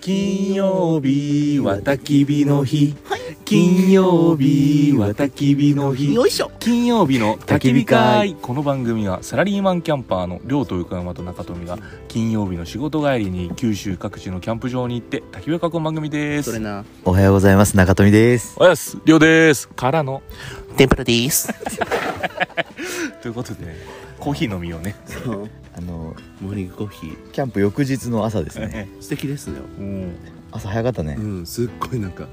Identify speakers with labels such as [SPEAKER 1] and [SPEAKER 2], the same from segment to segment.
[SPEAKER 1] 金曜日は焚き火の日金曜日は焚き火の日
[SPEAKER 2] よいしょ
[SPEAKER 1] 金曜日の焚き火会この番組はサラリーマンキャンパーの亮と横山と中富が金曜日の仕事帰りに九州各地のキャンプ場に行って焚き火を囲む番組で
[SPEAKER 2] そ
[SPEAKER 1] す
[SPEAKER 2] れな
[SPEAKER 3] おはようございます。中富です。
[SPEAKER 1] おやす亮ですからの
[SPEAKER 2] 天ぷらです
[SPEAKER 1] ということでねコーヒー飲みようね
[SPEAKER 2] そう
[SPEAKER 3] あの、
[SPEAKER 2] モーニングコーヒー
[SPEAKER 3] キャンプ翌日の朝ですね。
[SPEAKER 2] 素敵ですね
[SPEAKER 1] うん
[SPEAKER 3] 朝早かったね
[SPEAKER 2] う。んすっごいなんか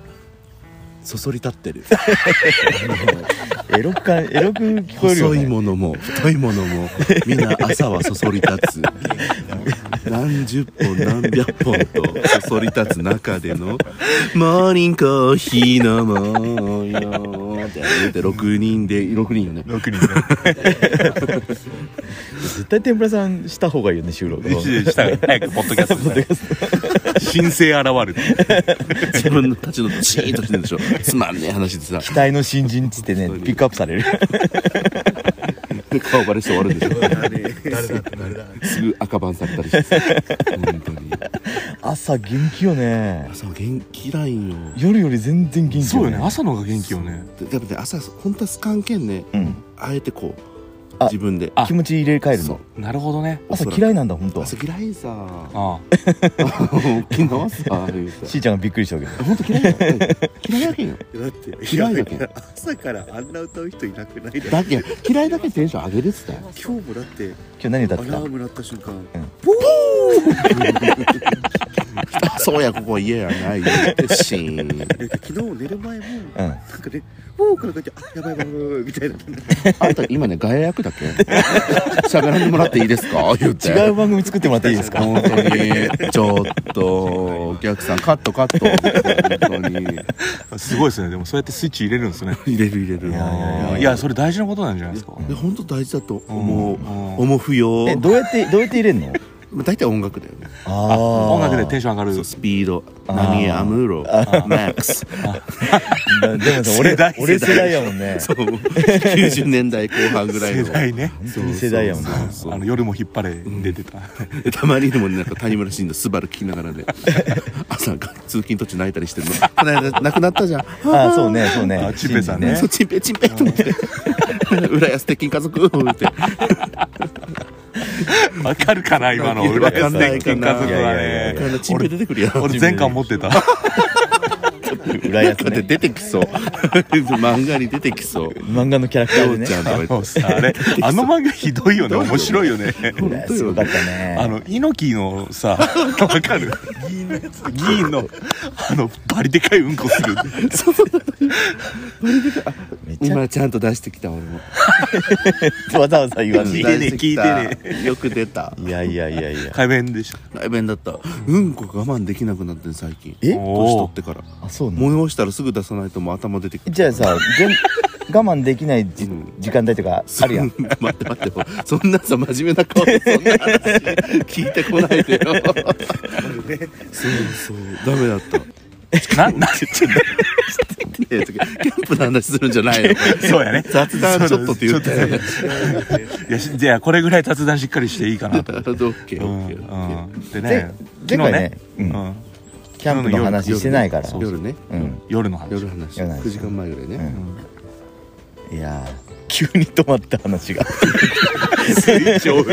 [SPEAKER 2] そそり立ってる
[SPEAKER 3] エロくか、エロく聞こえるよ、
[SPEAKER 2] 細
[SPEAKER 3] ね。
[SPEAKER 2] いものも太いものもみんな朝はそそり 立つ何十本何百本とそそり立つ中での「モーニングコーヒー飲もうよ」って言って6人で6人よね
[SPEAKER 1] 6人ね
[SPEAKER 3] 絶対天ぷらさんした方がいいよね、収録。
[SPEAKER 1] したら 早くポッドキャスト 申請現る
[SPEAKER 2] 自分たちのチーンとしてるでしょつまんねえ話でさ
[SPEAKER 3] 期待の新人っつってね、ピックアップされる。
[SPEAKER 2] で顔バレして終わるんでしょ
[SPEAKER 1] 誰だ誰だ
[SPEAKER 2] すぐ赤番されたりして本当に
[SPEAKER 3] 朝元気よね。
[SPEAKER 2] 朝元気ないんよ
[SPEAKER 3] 夜より全然元気
[SPEAKER 1] そうよね朝の方が元気よね
[SPEAKER 2] ででもね朝本当はスカンけんね
[SPEAKER 3] うん。
[SPEAKER 2] あえてこう
[SPEAKER 3] あ
[SPEAKER 2] 自分で
[SPEAKER 1] あ
[SPEAKER 3] 気持ち入れ替える
[SPEAKER 2] そう
[SPEAKER 3] の。
[SPEAKER 1] なるほどね
[SPEAKER 3] 朝嫌
[SPEAKER 2] い
[SPEAKER 3] いなんだ、本当は。し
[SPEAKER 2] 朝嫌いさ
[SPEAKER 1] あ
[SPEAKER 2] 昨日さ言う
[SPEAKER 3] ーちゃんがびっくりしたけど。
[SPEAKER 2] 本当嫌いだ嫌いだけよ
[SPEAKER 4] だって
[SPEAKER 2] 嫌いだけど
[SPEAKER 4] 朝からあんな歌う人いなくない
[SPEAKER 2] だけ嫌いだけテンション上げれてたよ
[SPEAKER 4] 今日もだって
[SPEAKER 3] 今日何歌
[SPEAKER 4] ア
[SPEAKER 3] っ
[SPEAKER 4] ラ
[SPEAKER 3] てた
[SPEAKER 4] ーム鳴った瞬間
[SPEAKER 2] あそうやここ家やないよシーン
[SPEAKER 4] なんか昨日寝る前も
[SPEAKER 3] うん。
[SPEAKER 4] なんかね「もうこの時あやばいやばいやばい」みたいな
[SPEAKER 2] あんた今ねガヤ役だっけ喋らんでもらっていいですか言って
[SPEAKER 3] 違う番組作ってもらっていい ですか
[SPEAKER 2] 本当にちょっとお客さんカットカット本当に
[SPEAKER 1] あ すごいですねでもそうやってスイッチ入れるん ですね
[SPEAKER 2] 入れる入れる
[SPEAKER 1] いやいやいやそれ大事なことなんじゃないですか
[SPEAKER 2] で本当大事だと思う、
[SPEAKER 1] うん
[SPEAKER 2] 思う不要
[SPEAKER 3] え、どうやって、どうやって入れんの
[SPEAKER 2] まあ大体音楽だよね
[SPEAKER 3] ああ。
[SPEAKER 1] 音楽でテンション上がる
[SPEAKER 2] そうスピード何アムロマックス
[SPEAKER 3] だでもさ
[SPEAKER 1] 世
[SPEAKER 3] 俺
[SPEAKER 1] 代
[SPEAKER 3] 俺世代やもんね
[SPEAKER 2] そう90年代後半ぐらい
[SPEAKER 1] 世
[SPEAKER 2] の
[SPEAKER 1] 代ね
[SPEAKER 2] そう
[SPEAKER 3] 世代やもんね
[SPEAKER 2] そうそう
[SPEAKER 1] あの夜も引っ張れ出てた
[SPEAKER 2] でたまにでもねなんか谷村新の「スバル聞きながら ね朝が通勤途中泣いたりしてるのこの間亡くなったじゃん
[SPEAKER 3] あそうねそうね
[SPEAKER 1] あチンペイさんね
[SPEAKER 2] そうチンペイチンペイと思って「浦安鉄筋家族」って
[SPEAKER 1] わかるかな今の裏
[SPEAKER 2] わ
[SPEAKER 1] や
[SPEAKER 2] かんないか
[SPEAKER 1] 金
[SPEAKER 2] な
[SPEAKER 1] 家族はい
[SPEAKER 3] やいやい
[SPEAKER 1] ね
[SPEAKER 2] あのチンペイ出てくるやん
[SPEAKER 1] 俺全巻持って た
[SPEAKER 3] 裏
[SPEAKER 2] なん
[SPEAKER 3] 安
[SPEAKER 2] かで
[SPEAKER 3] ね
[SPEAKER 2] 出てき そう漫画に出てきそう
[SPEAKER 3] 漫画のキャラクター
[SPEAKER 2] よ
[SPEAKER 3] で
[SPEAKER 2] う
[SPEAKER 3] ね
[SPEAKER 2] ちゃんとか言って
[SPEAKER 1] もうさあれあの漫画ひどいよね面白いよ ね
[SPEAKER 3] 裏安よかった
[SPEAKER 1] あ
[SPEAKER 3] ね
[SPEAKER 1] の猪木のさわかる議員のあのバリでかいうんこす る
[SPEAKER 3] めちゃ
[SPEAKER 2] 今ちゃんと出してきた俺も
[SPEAKER 3] くちゃわざわざ言わない
[SPEAKER 1] いね聞い
[SPEAKER 2] てねよく出た
[SPEAKER 3] いやいやいやいや
[SPEAKER 1] 海面でした
[SPEAKER 2] 内弁だったうんこ我慢できなくなってん最近
[SPEAKER 3] え
[SPEAKER 2] 年取
[SPEAKER 1] お
[SPEAKER 2] ってから
[SPEAKER 3] あそうなの
[SPEAKER 2] 催したらすぐ出さないともう頭出てくる
[SPEAKER 3] じゃあさ全我慢できないじ時間帯とかあるやん
[SPEAKER 2] 待って待ってそんなさ真面目な顔でそんな話聞いてこないでよそうそうダメだった
[SPEAKER 1] なな
[SPEAKER 2] ねえキャンプの話するんじゃないの
[SPEAKER 1] そうやね
[SPEAKER 2] 雑談ちょっとって言ってたよ ね
[SPEAKER 1] いやしじゃあこれぐらい雑談しっかりしていいかなと
[SPEAKER 2] オッケー
[SPEAKER 1] う
[SPEAKER 2] オ
[SPEAKER 1] ん
[SPEAKER 2] ッケーオッケー
[SPEAKER 1] うんでね
[SPEAKER 3] ぜ
[SPEAKER 1] 昨日
[SPEAKER 3] 前回ね
[SPEAKER 1] うん
[SPEAKER 3] キャンプの話してないから
[SPEAKER 1] そう
[SPEAKER 2] 夜ね
[SPEAKER 3] うん
[SPEAKER 1] 夜の話
[SPEAKER 2] 夜話
[SPEAKER 3] 夜話
[SPEAKER 2] 9時間前ぐらいね
[SPEAKER 3] いやー急に止まった話が
[SPEAKER 2] すご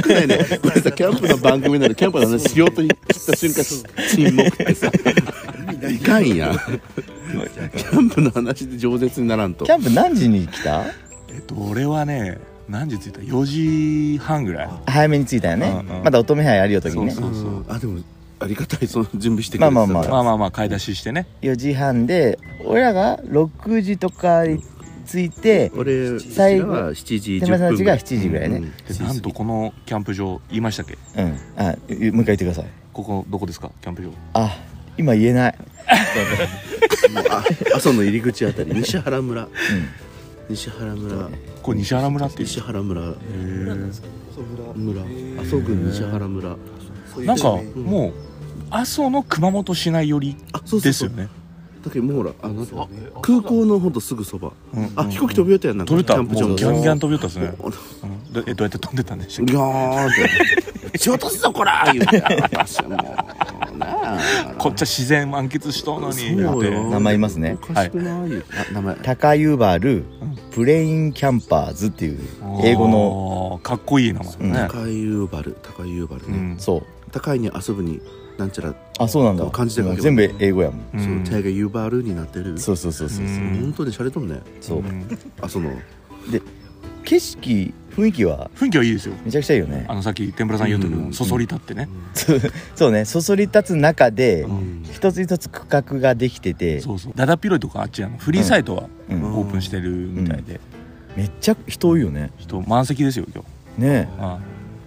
[SPEAKER 2] くないねこれさキャンプの番組ならキャンプの話しようと言った瞬間沈黙ってさいかんやんキャンプの話で饒舌にならんと
[SPEAKER 3] キャンプ何時に来た
[SPEAKER 1] えっと俺はね何時着いた4時半ぐらい
[SPEAKER 3] 早めに着いたよね
[SPEAKER 1] うんうん
[SPEAKER 3] まだ乙女杯あるよ時にね
[SPEAKER 1] そうそうそう
[SPEAKER 2] あでもありがたいその準備してくれ
[SPEAKER 3] まあ
[SPEAKER 2] て
[SPEAKER 3] まあまあ
[SPEAKER 1] まあまあまあ買い出ししてね
[SPEAKER 3] 4時半で俺らが6時とかに着いて
[SPEAKER 2] 俺
[SPEAKER 3] 最後
[SPEAKER 2] うちらは7時
[SPEAKER 3] 手前さん
[SPEAKER 2] 10
[SPEAKER 3] たち
[SPEAKER 2] 分
[SPEAKER 3] が7時ぐらいね
[SPEAKER 2] うん
[SPEAKER 1] でなんとこのキャンプ場言いましたっけ
[SPEAKER 3] うんあもう一回言ってください
[SPEAKER 1] ここどこですかキャンプ場
[SPEAKER 3] あ今言えない
[SPEAKER 2] もうあ阿蘇の入り口あたり西原村西原村
[SPEAKER 1] これ西原村っていう
[SPEAKER 2] 西原村
[SPEAKER 4] 村
[SPEAKER 2] 村阿蘇郡西原村
[SPEAKER 1] なんか
[SPEAKER 4] ね
[SPEAKER 1] もう阿蘇の熊本市内寄り
[SPEAKER 2] あそうそ
[SPEAKER 1] で
[SPEAKER 2] う
[SPEAKER 1] す
[SPEAKER 2] そ
[SPEAKER 1] よ
[SPEAKER 2] う
[SPEAKER 1] ね
[SPEAKER 2] だけどもうほらあの空港のほんとすぐそばあ飛行機飛び寄ったやんなんか
[SPEAKER 1] 飛べた
[SPEAKER 2] キ
[SPEAKER 1] も
[SPEAKER 2] ャンプ
[SPEAKER 1] う
[SPEAKER 2] 場の
[SPEAKER 1] ギャンギャン飛び寄ったですね
[SPEAKER 2] もう
[SPEAKER 1] うんでえどうやって飛んでたんでしたっ
[SPEAKER 2] ギャーンって「撃ち落とすぞこら!」言うて「私もうな
[SPEAKER 1] こっちは自然満喫しとうのに
[SPEAKER 2] そう
[SPEAKER 1] 言
[SPEAKER 2] よ
[SPEAKER 1] うて
[SPEAKER 2] 名
[SPEAKER 3] 名前いますね
[SPEAKER 2] おかしくないよあ名前
[SPEAKER 3] 高湯バルプレインキャンパーズっていう英語の
[SPEAKER 1] のかっこいい名前だね、
[SPEAKER 2] 高いユーバル高いユーバル
[SPEAKER 1] う
[SPEAKER 2] ね
[SPEAKER 1] ん
[SPEAKER 3] そう
[SPEAKER 2] 高いに遊ぶになんちゃら
[SPEAKER 3] あそうなんだ
[SPEAKER 2] 漢字で書けば
[SPEAKER 3] 全部英語やもん
[SPEAKER 1] う
[SPEAKER 2] そうんチャイがユーバルになってる
[SPEAKER 3] そうそうそうそ
[SPEAKER 1] う
[SPEAKER 3] うそうん
[SPEAKER 2] 本当に洒落とんね
[SPEAKER 3] そう
[SPEAKER 1] うん
[SPEAKER 2] あその
[SPEAKER 3] 景色雰囲気は
[SPEAKER 1] 雰囲気はいいですよ
[SPEAKER 3] めちゃくちゃいいよね
[SPEAKER 1] あのさっき天ぷらさん言うとけど、
[SPEAKER 2] うん
[SPEAKER 1] そそり立ってね、
[SPEAKER 3] そうねそそり立つ中で
[SPEAKER 1] うん
[SPEAKER 3] 一つ一つ区画ができてて
[SPEAKER 1] そうそうだだっ広いとかあっちやのフリーサイトは
[SPEAKER 3] う
[SPEAKER 1] オ
[SPEAKER 3] ん
[SPEAKER 1] ープンしてるみたいで、
[SPEAKER 3] めっちゃ人多いよね
[SPEAKER 1] 人満席ですよ今
[SPEAKER 3] ね
[SPEAKER 1] 日、あ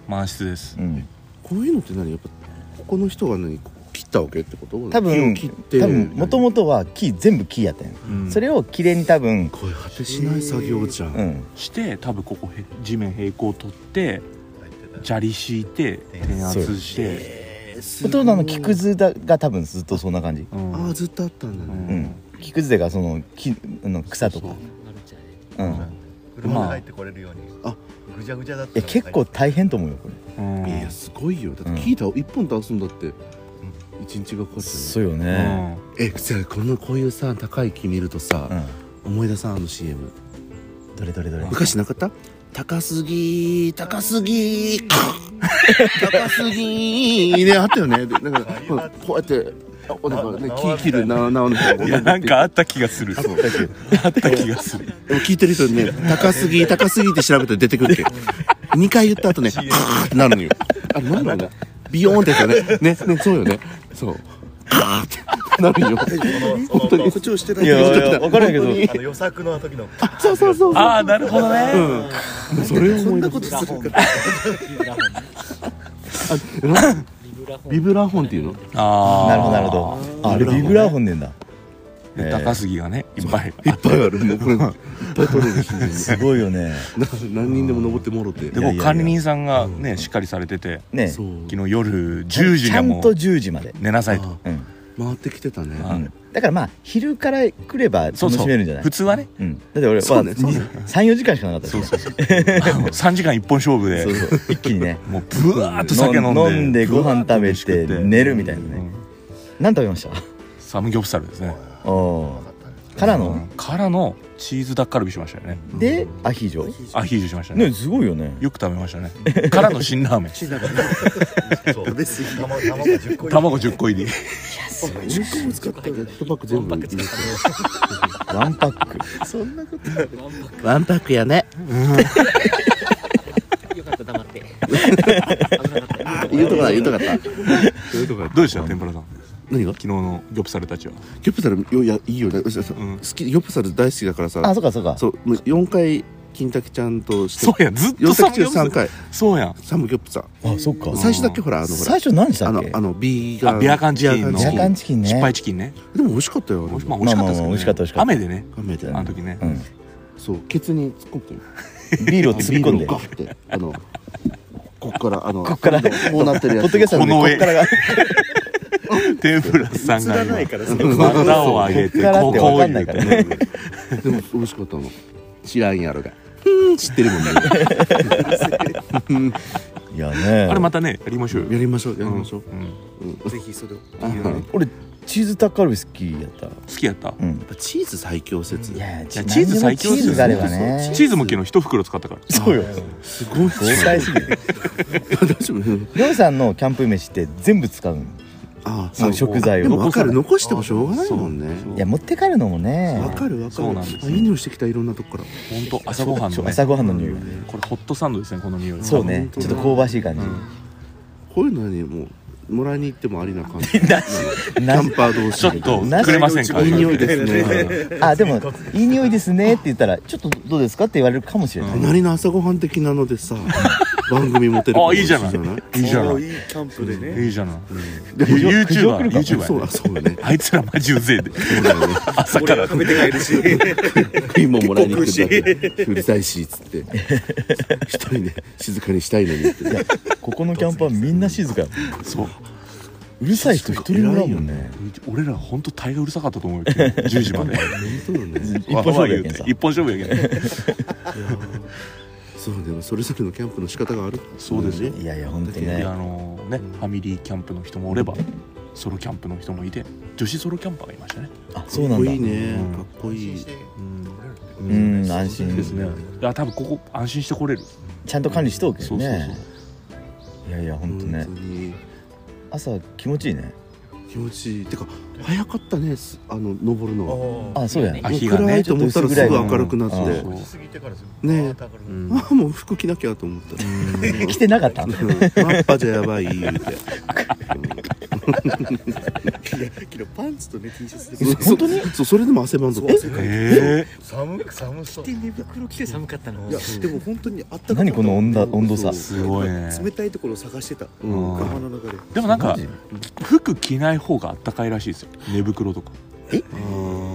[SPEAKER 1] 満室です
[SPEAKER 3] えうん
[SPEAKER 2] こういうのって何やっぱここの人が何こう切ったわけってこと
[SPEAKER 3] 多分
[SPEAKER 2] 木を切って
[SPEAKER 3] 多分もともとは木全部木やったんや
[SPEAKER 1] うん
[SPEAKER 3] それをきれいに多分
[SPEAKER 2] 声果てしない作業じゃん、
[SPEAKER 3] うん
[SPEAKER 1] して多分ここへ地面平行取って砂利敷いて転圧して、
[SPEAKER 3] ほとんどあの木くずだが多分ずっとそんな感じ
[SPEAKER 1] うん
[SPEAKER 2] ああずっとあったんだね、
[SPEAKER 3] うん木くずでがその木あの草とかうん
[SPEAKER 1] ま
[SPEAKER 5] 車
[SPEAKER 1] あ
[SPEAKER 5] で入ってこれるように、
[SPEAKER 2] あ
[SPEAKER 5] ぐじゃぐじゃだった
[SPEAKER 3] え
[SPEAKER 5] ら
[SPEAKER 3] 結構大変と思うよこ
[SPEAKER 1] うん
[SPEAKER 2] いやすごいよだって
[SPEAKER 3] うん
[SPEAKER 2] 木を一本倒すんだって一日がかか
[SPEAKER 3] れ
[SPEAKER 2] る
[SPEAKER 3] そうよ
[SPEAKER 1] う
[SPEAKER 3] ね
[SPEAKER 1] ん
[SPEAKER 2] えじゃあこのこういうさ高い木見るとさ、
[SPEAKER 3] う
[SPEAKER 2] 思い出さんあの CM
[SPEAKER 3] んどれどれどれ
[SPEAKER 2] 昔なかった高すぎー高すぎー高すぎーねあったよねでなんかほらこうやってあなんかね木切るななない
[SPEAKER 1] やなんかあった気がする あった気がする
[SPEAKER 2] でも聞いてる人にね「高すぎ高すぎ」って調べたら出てくるって2回言った 後ね「カーってなるのよあれなんだろうねビヨーンってやったよねねねそうよねそうカーってなるよ
[SPEAKER 5] 本当に
[SPEAKER 4] 誇張してない
[SPEAKER 3] いやいや分からんけど
[SPEAKER 5] あの予作の時の
[SPEAKER 2] そうそうそうそ
[SPEAKER 1] ああなるほどね、
[SPEAKER 2] うそれを思い出す
[SPEAKER 4] ことするか
[SPEAKER 2] ビブラフォンっていうの
[SPEAKER 1] ああ
[SPEAKER 3] なるほどなるほどああれビブラーホンねんだ
[SPEAKER 1] で高杉がねいっぱい
[SPEAKER 2] いっぱいあるもうこれいっぱい取れるしね
[SPEAKER 3] すごいよ ね
[SPEAKER 2] な 何人でも登ってもろて
[SPEAKER 1] で
[SPEAKER 3] いやいやい
[SPEAKER 1] も
[SPEAKER 3] や
[SPEAKER 1] 管理人さんがねしっかりされてて
[SPEAKER 3] ね
[SPEAKER 2] そう
[SPEAKER 1] 昨日夜10時に
[SPEAKER 3] ちゃ
[SPEAKER 1] は
[SPEAKER 3] ん
[SPEAKER 1] も
[SPEAKER 3] と
[SPEAKER 1] う
[SPEAKER 3] 10時まで
[SPEAKER 1] 寝なさいと
[SPEAKER 2] あ
[SPEAKER 3] うん
[SPEAKER 2] 回ってきてたね
[SPEAKER 1] あ
[SPEAKER 3] うんだからまあ昼から来れば
[SPEAKER 1] そう
[SPEAKER 3] 楽
[SPEAKER 1] そ
[SPEAKER 3] しめるんじゃな
[SPEAKER 1] う
[SPEAKER 3] い
[SPEAKER 1] 普通はね
[SPEAKER 3] うんだって俺
[SPEAKER 2] そうねそうね
[SPEAKER 3] 34時間しかなかった
[SPEAKER 1] そう
[SPEAKER 3] です
[SPEAKER 1] そうそう3時間一本勝負で
[SPEAKER 3] そうそう一気に ね
[SPEAKER 1] もうブワーッと酒飲んで
[SPEAKER 3] 飲んでご飯食べて寝るみたいなね
[SPEAKER 1] うん
[SPEAKER 3] 何食べました
[SPEAKER 1] サムギョプサルですね
[SPEAKER 3] おおーから
[SPEAKER 1] う
[SPEAKER 3] の
[SPEAKER 1] んからのチーズダッカルビしましたよね
[SPEAKER 3] でアヒージョ
[SPEAKER 1] アヒージュしましたね
[SPEAKER 3] ねすごいよね
[SPEAKER 1] よく食べましたねからの辛 ラーメン
[SPEAKER 5] そう食べ過ぎ卵卵10個入
[SPEAKER 1] 卵10個入り
[SPEAKER 5] り
[SPEAKER 2] 10個も使ったレッドパック全部
[SPEAKER 3] ワンパック
[SPEAKER 4] そんなことある
[SPEAKER 2] ワンパックやね
[SPEAKER 6] よかった黙って。
[SPEAKER 2] 言うとこだ言うとこだった言うとこだった
[SPEAKER 1] どうでした天ぷらさん
[SPEAKER 2] 何が
[SPEAKER 1] 昨日のギョプサルたちは
[SPEAKER 2] ギョプサルよいやいいよねうささ
[SPEAKER 1] うん
[SPEAKER 2] 好きギョプサル大好きだからさ
[SPEAKER 3] あそうかそうか
[SPEAKER 2] そうもう4回金滝ちゃんとして
[SPEAKER 1] そうやずっと
[SPEAKER 2] 4
[SPEAKER 1] サム
[SPEAKER 2] 作
[SPEAKER 1] ギ
[SPEAKER 2] 中
[SPEAKER 1] ョプサ
[SPEAKER 2] 3
[SPEAKER 1] ル
[SPEAKER 2] 回
[SPEAKER 1] そうやん
[SPEAKER 2] サムギョプサ
[SPEAKER 3] あそっか
[SPEAKER 2] 最初だけほらあのほら
[SPEAKER 3] 最初何した
[SPEAKER 2] あ
[SPEAKER 3] っ
[SPEAKER 2] の
[SPEAKER 3] け
[SPEAKER 2] あのビー
[SPEAKER 1] あ
[SPEAKER 2] ガン
[SPEAKER 1] ビアカンチキンの
[SPEAKER 2] ビ
[SPEAKER 3] ジ
[SPEAKER 2] ア
[SPEAKER 3] ャ
[SPEAKER 2] カ
[SPEAKER 3] カ
[SPEAKER 2] ン
[SPEAKER 3] ン
[SPEAKER 2] チ
[SPEAKER 3] チキンね
[SPEAKER 1] 失敗チキンね
[SPEAKER 2] キンでも美味しかったよあれ
[SPEAKER 1] おいしまあ美味しかったですよね
[SPEAKER 3] まあまあ美味しかった美味しかった
[SPEAKER 1] 雨でね
[SPEAKER 2] 雨で
[SPEAKER 1] あの時ね
[SPEAKER 3] うん
[SPEAKER 2] そうケツに突っ込んで
[SPEAKER 3] ビールをつぎ込んで
[SPEAKER 2] ガ
[SPEAKER 3] こ
[SPEAKER 2] ッてあのこっからあの
[SPEAKER 3] っからポ
[SPEAKER 2] こうなってるや
[SPEAKER 3] ッ
[SPEAKER 2] つ
[SPEAKER 3] ドキャストのね
[SPEAKER 1] こ
[SPEAKER 3] こ
[SPEAKER 1] の上
[SPEAKER 3] っからが
[SPEAKER 1] 天ぷらさんが今
[SPEAKER 5] から
[SPEAKER 1] 股を上げ
[SPEAKER 3] こ
[SPEAKER 1] て
[SPEAKER 3] っから
[SPEAKER 1] こ
[SPEAKER 3] っ
[SPEAKER 1] う
[SPEAKER 3] て
[SPEAKER 1] こ
[SPEAKER 3] 分
[SPEAKER 1] う
[SPEAKER 3] か
[SPEAKER 1] い
[SPEAKER 3] ん
[SPEAKER 1] う
[SPEAKER 3] ない
[SPEAKER 1] て
[SPEAKER 3] からね
[SPEAKER 2] でも美味しかったの知らんやろがうん知ってるもんね
[SPEAKER 3] いやね
[SPEAKER 1] あれまたねやりましょうよ
[SPEAKER 2] やりましょうやりましょう、
[SPEAKER 1] うん
[SPEAKER 4] ぜひそれを
[SPEAKER 2] あのやっ
[SPEAKER 3] 俺チーズタッカルビ好きやった
[SPEAKER 1] 好きやった
[SPEAKER 3] うん
[SPEAKER 2] ぱチーズ最強説
[SPEAKER 3] いやチ
[SPEAKER 1] やチーズ最強ですよね
[SPEAKER 3] チーズがあればね
[SPEAKER 1] チーズも昨日一袋使ったから
[SPEAKER 3] そうよ
[SPEAKER 2] すごい豪
[SPEAKER 3] 豪快すぎる
[SPEAKER 2] 大丈夫
[SPEAKER 3] りょうさんのキャンプ飯って全部使うの
[SPEAKER 2] あ
[SPEAKER 3] その食材
[SPEAKER 2] でも
[SPEAKER 3] を
[SPEAKER 2] 分かる残してもしょうがないもんね
[SPEAKER 3] いや持って帰るのもね
[SPEAKER 2] 分かる分かる
[SPEAKER 1] そうなんです
[SPEAKER 2] あいい匂いしてきたいろんなとこか
[SPEAKER 1] 本当朝ごはん
[SPEAKER 3] ち
[SPEAKER 1] の
[SPEAKER 3] ょ
[SPEAKER 1] ね
[SPEAKER 3] 朝ごはんの匂い
[SPEAKER 1] これホットサンドですねこの匂い
[SPEAKER 3] そうね
[SPEAKER 2] あ本当
[SPEAKER 3] ち
[SPEAKER 2] だ
[SPEAKER 3] ょっと香ばしい感
[SPEAKER 2] らこういうのはねもうもらいに行ってもありな感じキ
[SPEAKER 3] なし
[SPEAKER 2] ャンパー同士
[SPEAKER 1] ちょっとくれませんか
[SPEAKER 2] いい匂いですね
[SPEAKER 3] じあでも「いい匂いですね」って言ったら「ちょっとどうですか?」って言われるかもしれない
[SPEAKER 2] 何の朝ごはん的なのでさ番組持てるかも
[SPEAKER 1] あいいじゃない
[SPEAKER 2] しれない
[SPEAKER 1] いいじゃない
[SPEAKER 4] いいキャンプでね
[SPEAKER 1] いいじゃない
[SPEAKER 3] 苦
[SPEAKER 1] YouTuber
[SPEAKER 3] 情来
[SPEAKER 2] そう
[SPEAKER 1] YouTuber
[SPEAKER 2] だそうだね
[SPEAKER 1] あいつらマジうぜえで
[SPEAKER 2] そうだよね
[SPEAKER 1] 朝か
[SPEAKER 4] 俺は
[SPEAKER 1] ら
[SPEAKER 4] 食べて帰るし
[SPEAKER 2] 食いもんもらいに行くんだけどうるさいしっつって一人ね静かにしたいのにってね
[SPEAKER 3] ここのキャンパーみんな静かやもん
[SPEAKER 1] そう
[SPEAKER 3] うるさい人一人もいないもんね
[SPEAKER 1] 俺ら本当大概うるさかったと思うよ昨日10時まで
[SPEAKER 2] そうだね
[SPEAKER 3] 一本勝負やけんさ
[SPEAKER 1] わーわー言うて一本勝負やけん
[SPEAKER 2] そうでもそれぞれのキャンプの仕方がある
[SPEAKER 1] そうですよ
[SPEAKER 3] いやいや本当に
[SPEAKER 1] いやあ
[SPEAKER 3] ね
[SPEAKER 1] のねファミリーキャンプの人もおればソロキャンプの人もいて女子ソロキャンパーがいましたね
[SPEAKER 3] あそうなんだ
[SPEAKER 2] かっこいいね
[SPEAKER 1] うん
[SPEAKER 2] かっこいい
[SPEAKER 3] うん安心
[SPEAKER 1] ですねいや多分ここ安心して来れる
[SPEAKER 3] ちゃんと管理しておくよ
[SPEAKER 1] そうそうそう
[SPEAKER 3] ねいやいやほんと
[SPEAKER 2] 本
[SPEAKER 3] ね
[SPEAKER 2] 当に
[SPEAKER 3] 朝気持ちいいね
[SPEAKER 2] 気持ちいいてか早かったねすあの登るのは
[SPEAKER 3] あそうやね
[SPEAKER 1] あ
[SPEAKER 2] もう
[SPEAKER 1] 日がね
[SPEAKER 2] 暗いと思ったらすぐ明るくなっ
[SPEAKER 3] ちょっと
[SPEAKER 2] て
[SPEAKER 3] 薄
[SPEAKER 1] 暗いね
[SPEAKER 5] 過ぎてからですよ
[SPEAKER 2] ね
[SPEAKER 5] あー明るい
[SPEAKER 1] うん
[SPEAKER 2] ああもう服着なきゃと思った
[SPEAKER 3] 来てなかった
[SPEAKER 2] マッパじゃやばい言うて
[SPEAKER 4] 昨日パンツとね T シャツで
[SPEAKER 2] うん
[SPEAKER 3] 本当に
[SPEAKER 2] そうそれでも汗ばんどった
[SPEAKER 1] え
[SPEAKER 5] 寒く寒そう
[SPEAKER 4] で寝袋着て寒かったのいやでも本当にあったかかった
[SPEAKER 3] 何この温度温度差
[SPEAKER 1] ー、すごいね
[SPEAKER 4] 冷たいところを探してた
[SPEAKER 2] うん
[SPEAKER 1] うん
[SPEAKER 4] 山の中で
[SPEAKER 1] でもなん
[SPEAKER 3] マ
[SPEAKER 1] か
[SPEAKER 3] ジ
[SPEAKER 1] 服着ない方があったかいらしいですよ寝袋とか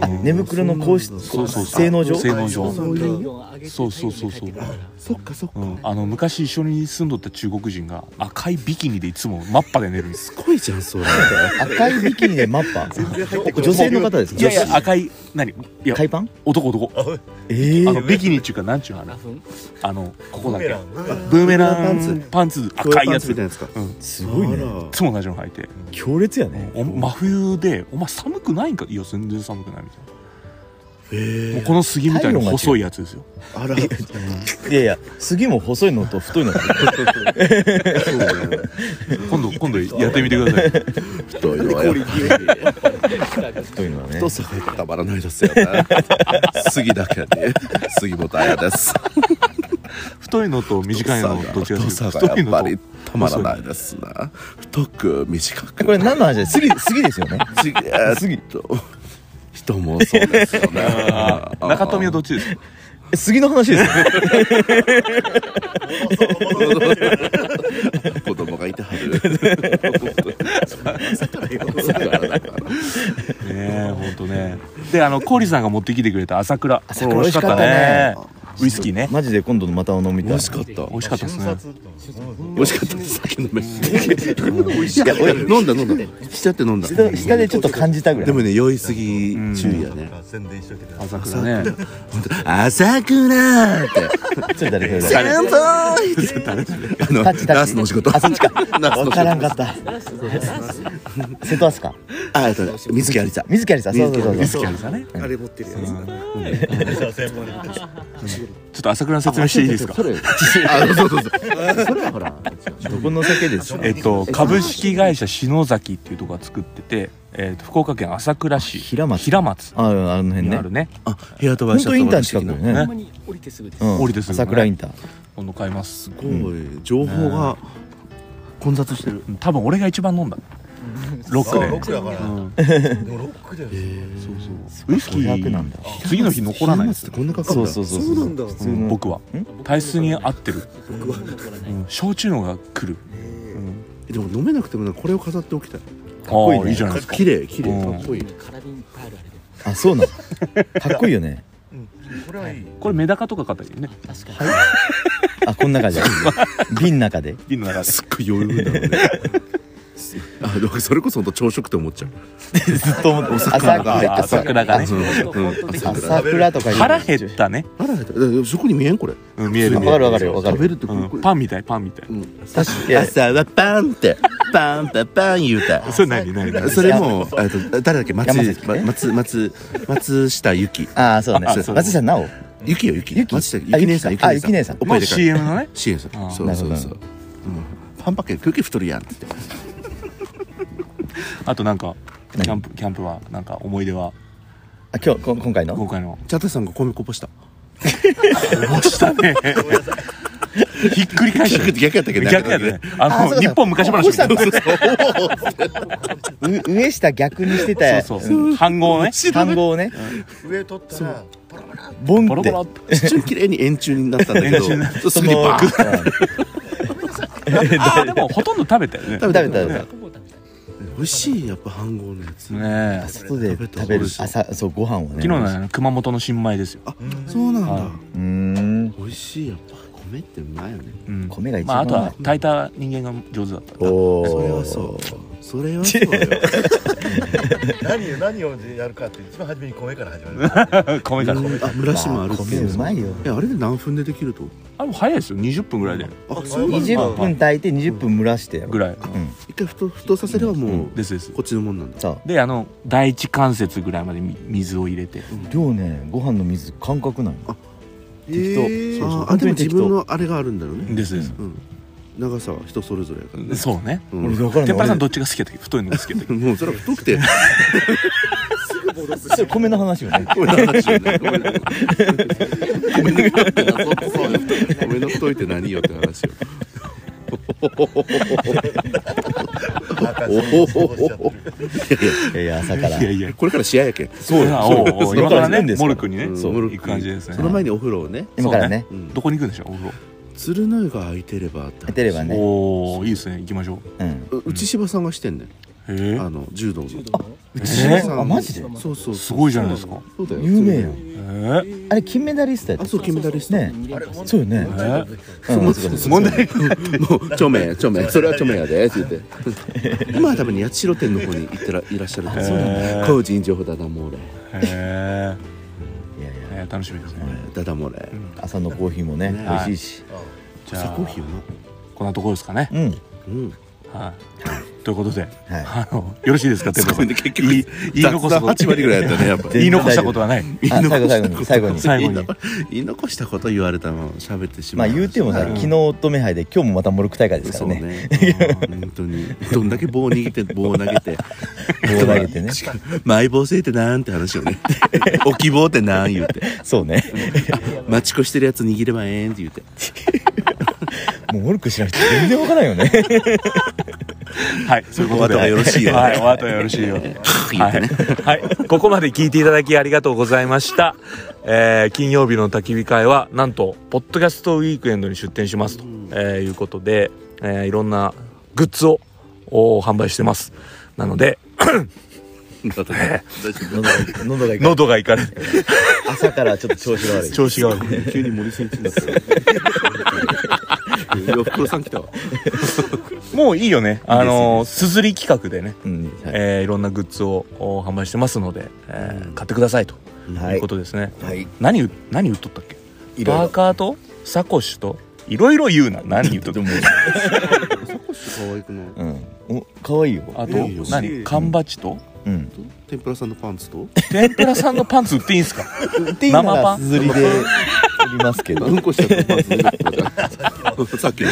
[SPEAKER 3] あ寝袋のこうし
[SPEAKER 1] そうそうそう
[SPEAKER 3] 性能上
[SPEAKER 1] 性能上
[SPEAKER 2] そういう
[SPEAKER 1] そうそうそうそう、
[SPEAKER 2] そっかそっか
[SPEAKER 1] うん、あの昔一緒に住んどった中国人が赤いビキニでいつもマッパで寝るんです
[SPEAKER 2] すごいじゃんそれ
[SPEAKER 3] 赤いビキニでマッパ 女性の方ですか
[SPEAKER 1] いやいや赤い何いや
[SPEAKER 3] 海パン
[SPEAKER 1] 男男
[SPEAKER 3] ええ
[SPEAKER 1] あのビキニっていうかなんちゅうのあれあのここだけ
[SPEAKER 5] ラン
[SPEAKER 1] ブーメラ
[SPEAKER 2] ブーメランパン
[SPEAKER 1] ン
[SPEAKER 2] ツ
[SPEAKER 1] パンツ赤いやつ
[SPEAKER 2] み
[SPEAKER 1] い
[SPEAKER 2] たいなやつか
[SPEAKER 3] すごいね
[SPEAKER 2] あ
[SPEAKER 1] つも同じの履いて、
[SPEAKER 3] 強烈やね
[SPEAKER 1] お真冬で「お前寒くないんか?」いや全然寒くないみたいな
[SPEAKER 2] らへ
[SPEAKER 1] もう
[SPEAKER 2] え
[SPEAKER 1] この杉みたいな細いやつですよ
[SPEAKER 2] あら
[SPEAKER 3] いやいや杉も細いのと太いのがある
[SPEAKER 2] そうね
[SPEAKER 1] 今 度今度やってみてください
[SPEAKER 2] 太いのはやっぱり
[SPEAKER 3] 太いのはね
[SPEAKER 2] 太さがたまらないですよね杉だけね杉本彩です
[SPEAKER 1] 太いのと短いのどっちが好
[SPEAKER 2] 太
[SPEAKER 1] き
[SPEAKER 2] さがやっぱりたまら
[SPEAKER 1] い
[SPEAKER 2] ないですな太く短く
[SPEAKER 3] これ何の話だよ杉杉ですよね
[SPEAKER 2] ちえーっと人もそうですよね
[SPEAKER 1] 中富はどっちですか
[SPEAKER 3] え杉の話ですよ
[SPEAKER 2] 子供がいてはるだからだから
[SPEAKER 1] ねえほんとねであの氷さんが持ってきてくれた朝倉
[SPEAKER 3] 朝倉
[SPEAKER 1] ねウイスキーね
[SPEAKER 3] マジで今度のまた飲み
[SPEAKER 2] 美
[SPEAKER 3] たい
[SPEAKER 2] 味しかった
[SPEAKER 1] 美味しかったですね
[SPEAKER 2] 美味しかったです酒飲めいや俺飲んだ飲んだしちゃって飲んだ
[SPEAKER 3] 下下でちょっと感じたぐらい
[SPEAKER 2] でもね酔いすぎ注意やね
[SPEAKER 5] 宣伝しといてください
[SPEAKER 1] 朝倉ね
[SPEAKER 2] 朝倉って
[SPEAKER 3] それ誰それ誰
[SPEAKER 2] 戦争
[SPEAKER 3] タ
[SPEAKER 2] あの
[SPEAKER 3] ッチタッチ
[SPEAKER 2] ナースのお仕事
[SPEAKER 3] あそっちか
[SPEAKER 2] ナースのお仕
[SPEAKER 3] 分
[SPEAKER 2] 事
[SPEAKER 3] からんかった瀬戸飛鳥
[SPEAKER 2] あえっとね水木有沙
[SPEAKER 3] 水木有沙そうそうそう
[SPEAKER 1] ウイ
[SPEAKER 3] そう
[SPEAKER 1] スキーあるさね
[SPEAKER 4] あれ持ってるやつ
[SPEAKER 1] ちょっと朝倉の説明していいですか
[SPEAKER 2] あそうそうそう
[SPEAKER 3] どこの酒です
[SPEAKER 1] えっと株式会社篠崎っていうとこが作っててえっと福岡県朝倉市
[SPEAKER 3] 平松
[SPEAKER 1] 平松
[SPEAKER 3] ああの辺
[SPEAKER 1] に
[SPEAKER 3] ね
[SPEAKER 1] あるね
[SPEAKER 2] あ部屋飛ば
[SPEAKER 3] 本
[SPEAKER 2] しちゃ
[SPEAKER 3] 当
[SPEAKER 2] った
[SPEAKER 3] インターン近くだよね
[SPEAKER 1] ね
[SPEAKER 4] に降りてすぐで
[SPEAKER 3] うん
[SPEAKER 1] 降りてすぐね
[SPEAKER 3] 桜インター
[SPEAKER 1] 今度買います
[SPEAKER 2] すごい情報が混雑してる
[SPEAKER 1] 多分俺が一番飲んだロックで
[SPEAKER 5] ロックだから
[SPEAKER 1] うん
[SPEAKER 5] でもロックだよ
[SPEAKER 1] そうそうウイスキ
[SPEAKER 3] 500なんだ
[SPEAKER 1] ー次の日残らないです
[SPEAKER 2] ってこんなかかる
[SPEAKER 3] そ
[SPEAKER 2] ん
[SPEAKER 3] う
[SPEAKER 2] だ
[SPEAKER 3] そうそう
[SPEAKER 4] そうなんだ
[SPEAKER 3] 普通の
[SPEAKER 1] 僕は体質に合ってるうん焼酎のが来る
[SPEAKER 2] でも飲めなくてもなこれを飾っておきたい
[SPEAKER 1] かっこ
[SPEAKER 3] いいね
[SPEAKER 1] いいじゃないですか
[SPEAKER 2] 綺麗綺麗
[SPEAKER 1] うん
[SPEAKER 2] かっこいい
[SPEAKER 3] あそうなのかっこいいよね
[SPEAKER 5] これはいい
[SPEAKER 1] これメダカとか買ったりね
[SPEAKER 3] あこん中じゃ瓶の中で
[SPEAKER 1] 瓶の中です
[SPEAKER 2] っごい余裕だろうね あでもそれこそ本当朝食って思っちゃう
[SPEAKER 3] ずっと思って朝
[SPEAKER 2] 桜が
[SPEAKER 3] 倉
[SPEAKER 1] 朝倉がね
[SPEAKER 2] そのうん
[SPEAKER 3] 朝倉とかいう
[SPEAKER 1] 腹減ったね、
[SPEAKER 2] あらえそこに見えんこれ
[SPEAKER 1] うん、見える
[SPEAKER 3] わ
[SPEAKER 1] 見え
[SPEAKER 3] か
[SPEAKER 1] る
[SPEAKER 3] るわかるよわか
[SPEAKER 2] 食
[SPEAKER 3] る
[SPEAKER 2] べるってこ
[SPEAKER 1] う
[SPEAKER 2] れ
[SPEAKER 1] ん
[SPEAKER 2] これ
[SPEAKER 1] パンみたいパンみたい、
[SPEAKER 3] 確かに
[SPEAKER 2] 朝はパンってパンパパン言うた
[SPEAKER 1] それ何何何
[SPEAKER 2] それもえっと誰だっけ松
[SPEAKER 3] 山崎ね
[SPEAKER 2] ま松松松下ゆき
[SPEAKER 3] ああそうね
[SPEAKER 1] あそう
[SPEAKER 3] 松下奈緒
[SPEAKER 2] ゆきよゆき
[SPEAKER 3] ゆき
[SPEAKER 2] 松下ゆ
[SPEAKER 3] あ
[SPEAKER 2] き姉さん
[SPEAKER 3] ゆきか
[SPEAKER 2] ゆき姉さん
[SPEAKER 3] あゆき姉さん
[SPEAKER 2] おっ
[SPEAKER 1] の
[SPEAKER 2] ぱいでかい
[SPEAKER 1] CM のね
[SPEAKER 2] 支援さん
[SPEAKER 1] あー
[SPEAKER 2] そうそう
[SPEAKER 3] なる
[SPEAKER 2] そ
[SPEAKER 3] ほ
[SPEAKER 2] う
[SPEAKER 3] ど
[SPEAKER 2] うんパンパケ空気太るやんって
[SPEAKER 1] あとなんかキャンプキャンプはなんか思い出は
[SPEAKER 3] あ今日こ今回の
[SPEAKER 1] 今回の
[SPEAKER 2] チャタさんが米こぼした
[SPEAKER 1] 落ちたねひっくり返し
[SPEAKER 2] 逆
[SPEAKER 1] て
[SPEAKER 2] 逆やったっけ
[SPEAKER 1] 逆やねあ
[SPEAKER 3] あそう
[SPEAKER 1] の
[SPEAKER 3] だ
[SPEAKER 1] 日本昔話みたいな
[SPEAKER 3] う上下逆にしてた
[SPEAKER 1] そうそう
[SPEAKER 3] うん
[SPEAKER 1] そう飯合ね
[SPEAKER 3] 単語をね
[SPEAKER 5] 上取ったらパラパラ
[SPEAKER 3] ボン
[SPEAKER 1] ボ
[SPEAKER 3] っ
[SPEAKER 1] ロボ
[SPEAKER 3] て
[SPEAKER 1] ロって
[SPEAKER 2] 一瞬綺麗に円柱になったん だけ
[SPEAKER 1] 円柱にな
[SPEAKER 2] どす
[SPEAKER 3] そ
[SPEAKER 2] ぐに
[SPEAKER 3] の
[SPEAKER 2] バーン
[SPEAKER 1] ああでもほとんど食べたよね
[SPEAKER 3] 食べた食べた
[SPEAKER 2] 美味しいやっぱ飯合のやつ
[SPEAKER 1] ねえ
[SPEAKER 3] 外で食べる朝そうご飯をね
[SPEAKER 1] 昨日のね熊本の新米ですよ、
[SPEAKER 2] あそうなんだ
[SPEAKER 1] は
[SPEAKER 3] うーん
[SPEAKER 2] 美味しいやっぱ米ってうまいよね
[SPEAKER 1] うん
[SPEAKER 3] 米が一
[SPEAKER 1] まあ、あ
[SPEAKER 3] 番
[SPEAKER 1] とは炊いた人間が上手だった
[SPEAKER 3] お
[SPEAKER 2] それは
[SPEAKER 3] お
[SPEAKER 2] そうそれはそうよ
[SPEAKER 5] 何を何をやるかって一番初めに米から 始まる
[SPEAKER 1] 米から
[SPEAKER 2] うんあ蒸らしもあるっていう
[SPEAKER 3] 米うまいよ
[SPEAKER 2] えあれで何分でできると
[SPEAKER 1] あもう早いですよ20分ぐらいで
[SPEAKER 2] あそうなんだ
[SPEAKER 3] 20分炊いて20分蒸らしてやろ
[SPEAKER 1] ぐ
[SPEAKER 3] う
[SPEAKER 1] らい
[SPEAKER 2] 一回ふとふとさせればもう
[SPEAKER 1] ですです
[SPEAKER 2] こっちのもんなんだ
[SPEAKER 3] さあ
[SPEAKER 1] であの第一関節ぐらいまでみ水を入れて
[SPEAKER 3] 量ねご飯の水感覚ない適当
[SPEAKER 2] えー
[SPEAKER 3] そうそう
[SPEAKER 2] あーあ
[SPEAKER 3] 本
[SPEAKER 2] で
[SPEAKER 3] 当に
[SPEAKER 2] も自
[SPEAKER 3] 適当
[SPEAKER 2] 分のあれがあるんだろうね
[SPEAKER 1] ですです
[SPEAKER 2] うん長さは人それぞれやからね
[SPEAKER 1] そうね
[SPEAKER 2] う
[SPEAKER 3] 俺
[SPEAKER 2] ん
[SPEAKER 3] 分から
[SPEAKER 1] 鉄板
[SPEAKER 3] ない
[SPEAKER 1] さん
[SPEAKER 3] 俺
[SPEAKER 1] どっちが好きやったっけ太いのが好きやったっ
[SPEAKER 2] もうそれは太くて
[SPEAKER 3] それ米の話よね
[SPEAKER 2] ごめんな話よねごめんなごめんな太いってなそうそうよごめんな太いって何よって話よ
[SPEAKER 5] 赤字をそうしちゃってる
[SPEAKER 3] いやいや朝から
[SPEAKER 1] けいやいや
[SPEAKER 2] これから試合やけん
[SPEAKER 1] そうやおうおう今から
[SPEAKER 3] そうなん
[SPEAKER 1] ね
[SPEAKER 3] ですよ
[SPEAKER 1] モルクにね
[SPEAKER 2] うん
[SPEAKER 1] そう
[SPEAKER 2] モルック
[SPEAKER 1] 行く感じですね
[SPEAKER 2] その前にお風呂をね
[SPEAKER 3] 今からね
[SPEAKER 1] そう
[SPEAKER 2] うん
[SPEAKER 1] どこに行くんでしょうお風
[SPEAKER 2] 鶴の湯が空いてればって
[SPEAKER 3] 空
[SPEAKER 2] 話
[SPEAKER 3] いてれば
[SPEAKER 1] 呂
[SPEAKER 3] ね
[SPEAKER 1] おおいいですね行きましょ
[SPEAKER 3] うん
[SPEAKER 2] う内柴さんがしてんねん
[SPEAKER 1] うへ
[SPEAKER 2] あの柔道の
[SPEAKER 1] え
[SPEAKER 2] 内柴
[SPEAKER 1] え
[SPEAKER 2] さん
[SPEAKER 3] あマジで
[SPEAKER 2] そうそう
[SPEAKER 1] ーすごいじゃないですか
[SPEAKER 2] そうだよ
[SPEAKER 3] 有名やん
[SPEAKER 1] えー
[SPEAKER 3] あれ金メダリストやった
[SPEAKER 2] あそう金メダリスト
[SPEAKER 3] ね
[SPEAKER 5] あれ本
[SPEAKER 3] そうよね
[SPEAKER 5] 当に大丈夫
[SPEAKER 3] うん
[SPEAKER 2] もう
[SPEAKER 3] そうです
[SPEAKER 2] 問題もう著名著名それは著名やでって言って今は多分ね八代店の方に行ってらいらっしゃるから
[SPEAKER 1] そうなんだ
[SPEAKER 2] 個人情報ダダ漏れ
[SPEAKER 1] へ
[SPEAKER 3] いやいや
[SPEAKER 1] え楽しみですね
[SPEAKER 2] ダダ漏れ
[SPEAKER 3] 朝のコーヒーもね
[SPEAKER 2] ね
[SPEAKER 3] 美味しいし
[SPEAKER 1] じゃあ
[SPEAKER 2] コーヒーをな
[SPEAKER 1] こんなところですかね
[SPEAKER 3] うん
[SPEAKER 2] うん
[SPEAKER 1] はいということで
[SPEAKER 3] はい
[SPEAKER 1] あのよろしい ですか鉄板
[SPEAKER 2] ご
[SPEAKER 1] さ
[SPEAKER 2] め
[SPEAKER 1] ん
[SPEAKER 2] んね結
[SPEAKER 1] 言い
[SPEAKER 2] 局
[SPEAKER 1] 言い残す
[SPEAKER 2] 雑
[SPEAKER 1] こ
[SPEAKER 2] 談
[SPEAKER 1] と
[SPEAKER 2] 8割ぐらいやったねやっぱ
[SPEAKER 3] 全
[SPEAKER 1] 言い残したことはない
[SPEAKER 3] あ最後最後に最後に
[SPEAKER 1] 最後に
[SPEAKER 2] 言い残したこと言われたの喋ってし
[SPEAKER 3] ま
[SPEAKER 2] ま
[SPEAKER 3] あ
[SPEAKER 2] う
[SPEAKER 3] 言うてもさ
[SPEAKER 1] うん
[SPEAKER 3] 昨日乙女杯で今日もまたモルック大会ですか
[SPEAKER 2] そ
[SPEAKER 3] ら
[SPEAKER 2] う
[SPEAKER 3] ね
[SPEAKER 2] ね本当にどんだけ棒握って棒を投げて
[SPEAKER 3] 棒投げてね
[SPEAKER 2] マイ棒制ってなんって話よね 置き棒ってなん言うて
[SPEAKER 3] そうね
[SPEAKER 2] 待ち越してるやつ握ればええんって言うて
[SPEAKER 3] もうモルック知らなくて全然わからんよね
[SPEAKER 1] はい、そういうことで。
[SPEAKER 2] お後がよろしいよ
[SPEAKER 1] はい、お後がよろしいよ。はい、はいここまで聞いていただきありがとうございました。えー金曜日の焚き火会は、なんと、ポッドキャストウィークエンドに出店しますと、えーいうことで、えーいろんなグッズをお販売してます。なの で、
[SPEAKER 2] だとね
[SPEAKER 3] 喉が喉がいか
[SPEAKER 1] 喉がいかれ、
[SPEAKER 3] 朝からちょっと調子が悪い
[SPEAKER 1] 調子が悪い。
[SPEAKER 2] 急に森先生ですよ。おふくろさん来たわ。
[SPEAKER 1] もういいよね。あのー、すずり企画でね、
[SPEAKER 3] うんはい
[SPEAKER 1] えーいろんなグッズをお販売してますので、えー買ってくださいと
[SPEAKER 3] はい
[SPEAKER 1] いうことですね。
[SPEAKER 3] はい
[SPEAKER 1] 何う何売っとったっけ
[SPEAKER 3] いろいろ
[SPEAKER 1] パーカーとサコッシュといろいろ言うな何言っとった
[SPEAKER 2] 可愛くない。
[SPEAKER 3] うんお可愛いよ
[SPEAKER 1] あと
[SPEAKER 2] いいよ
[SPEAKER 1] 何缶バッジと
[SPEAKER 3] うん
[SPEAKER 2] 天ぷらさんのパンツと。
[SPEAKER 1] 天ぷらさんのパンツ売っていいんすか
[SPEAKER 3] っていうな
[SPEAKER 1] 生パ
[SPEAKER 3] ら
[SPEAKER 1] ン
[SPEAKER 3] すずりで売りますけど
[SPEAKER 2] うんこしちゃったパンツ出てきた。さっきの。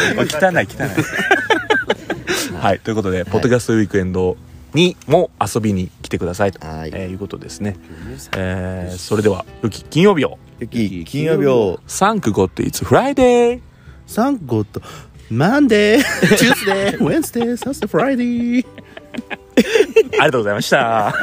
[SPEAKER 1] 汚い汚い はいということで、ポッドキャストウィークエンドにも遊びに来てくださいと、
[SPEAKER 3] はい
[SPEAKER 1] えーいうことですね、えーそれでは良き金曜日を
[SPEAKER 3] ゆき金曜日を
[SPEAKER 1] サンクゴッドイツフライデー
[SPEAKER 2] サンゴと。マンデー、チューズデー、ウェンスデー、サスデー、フライデー。
[SPEAKER 1] ありがとうございました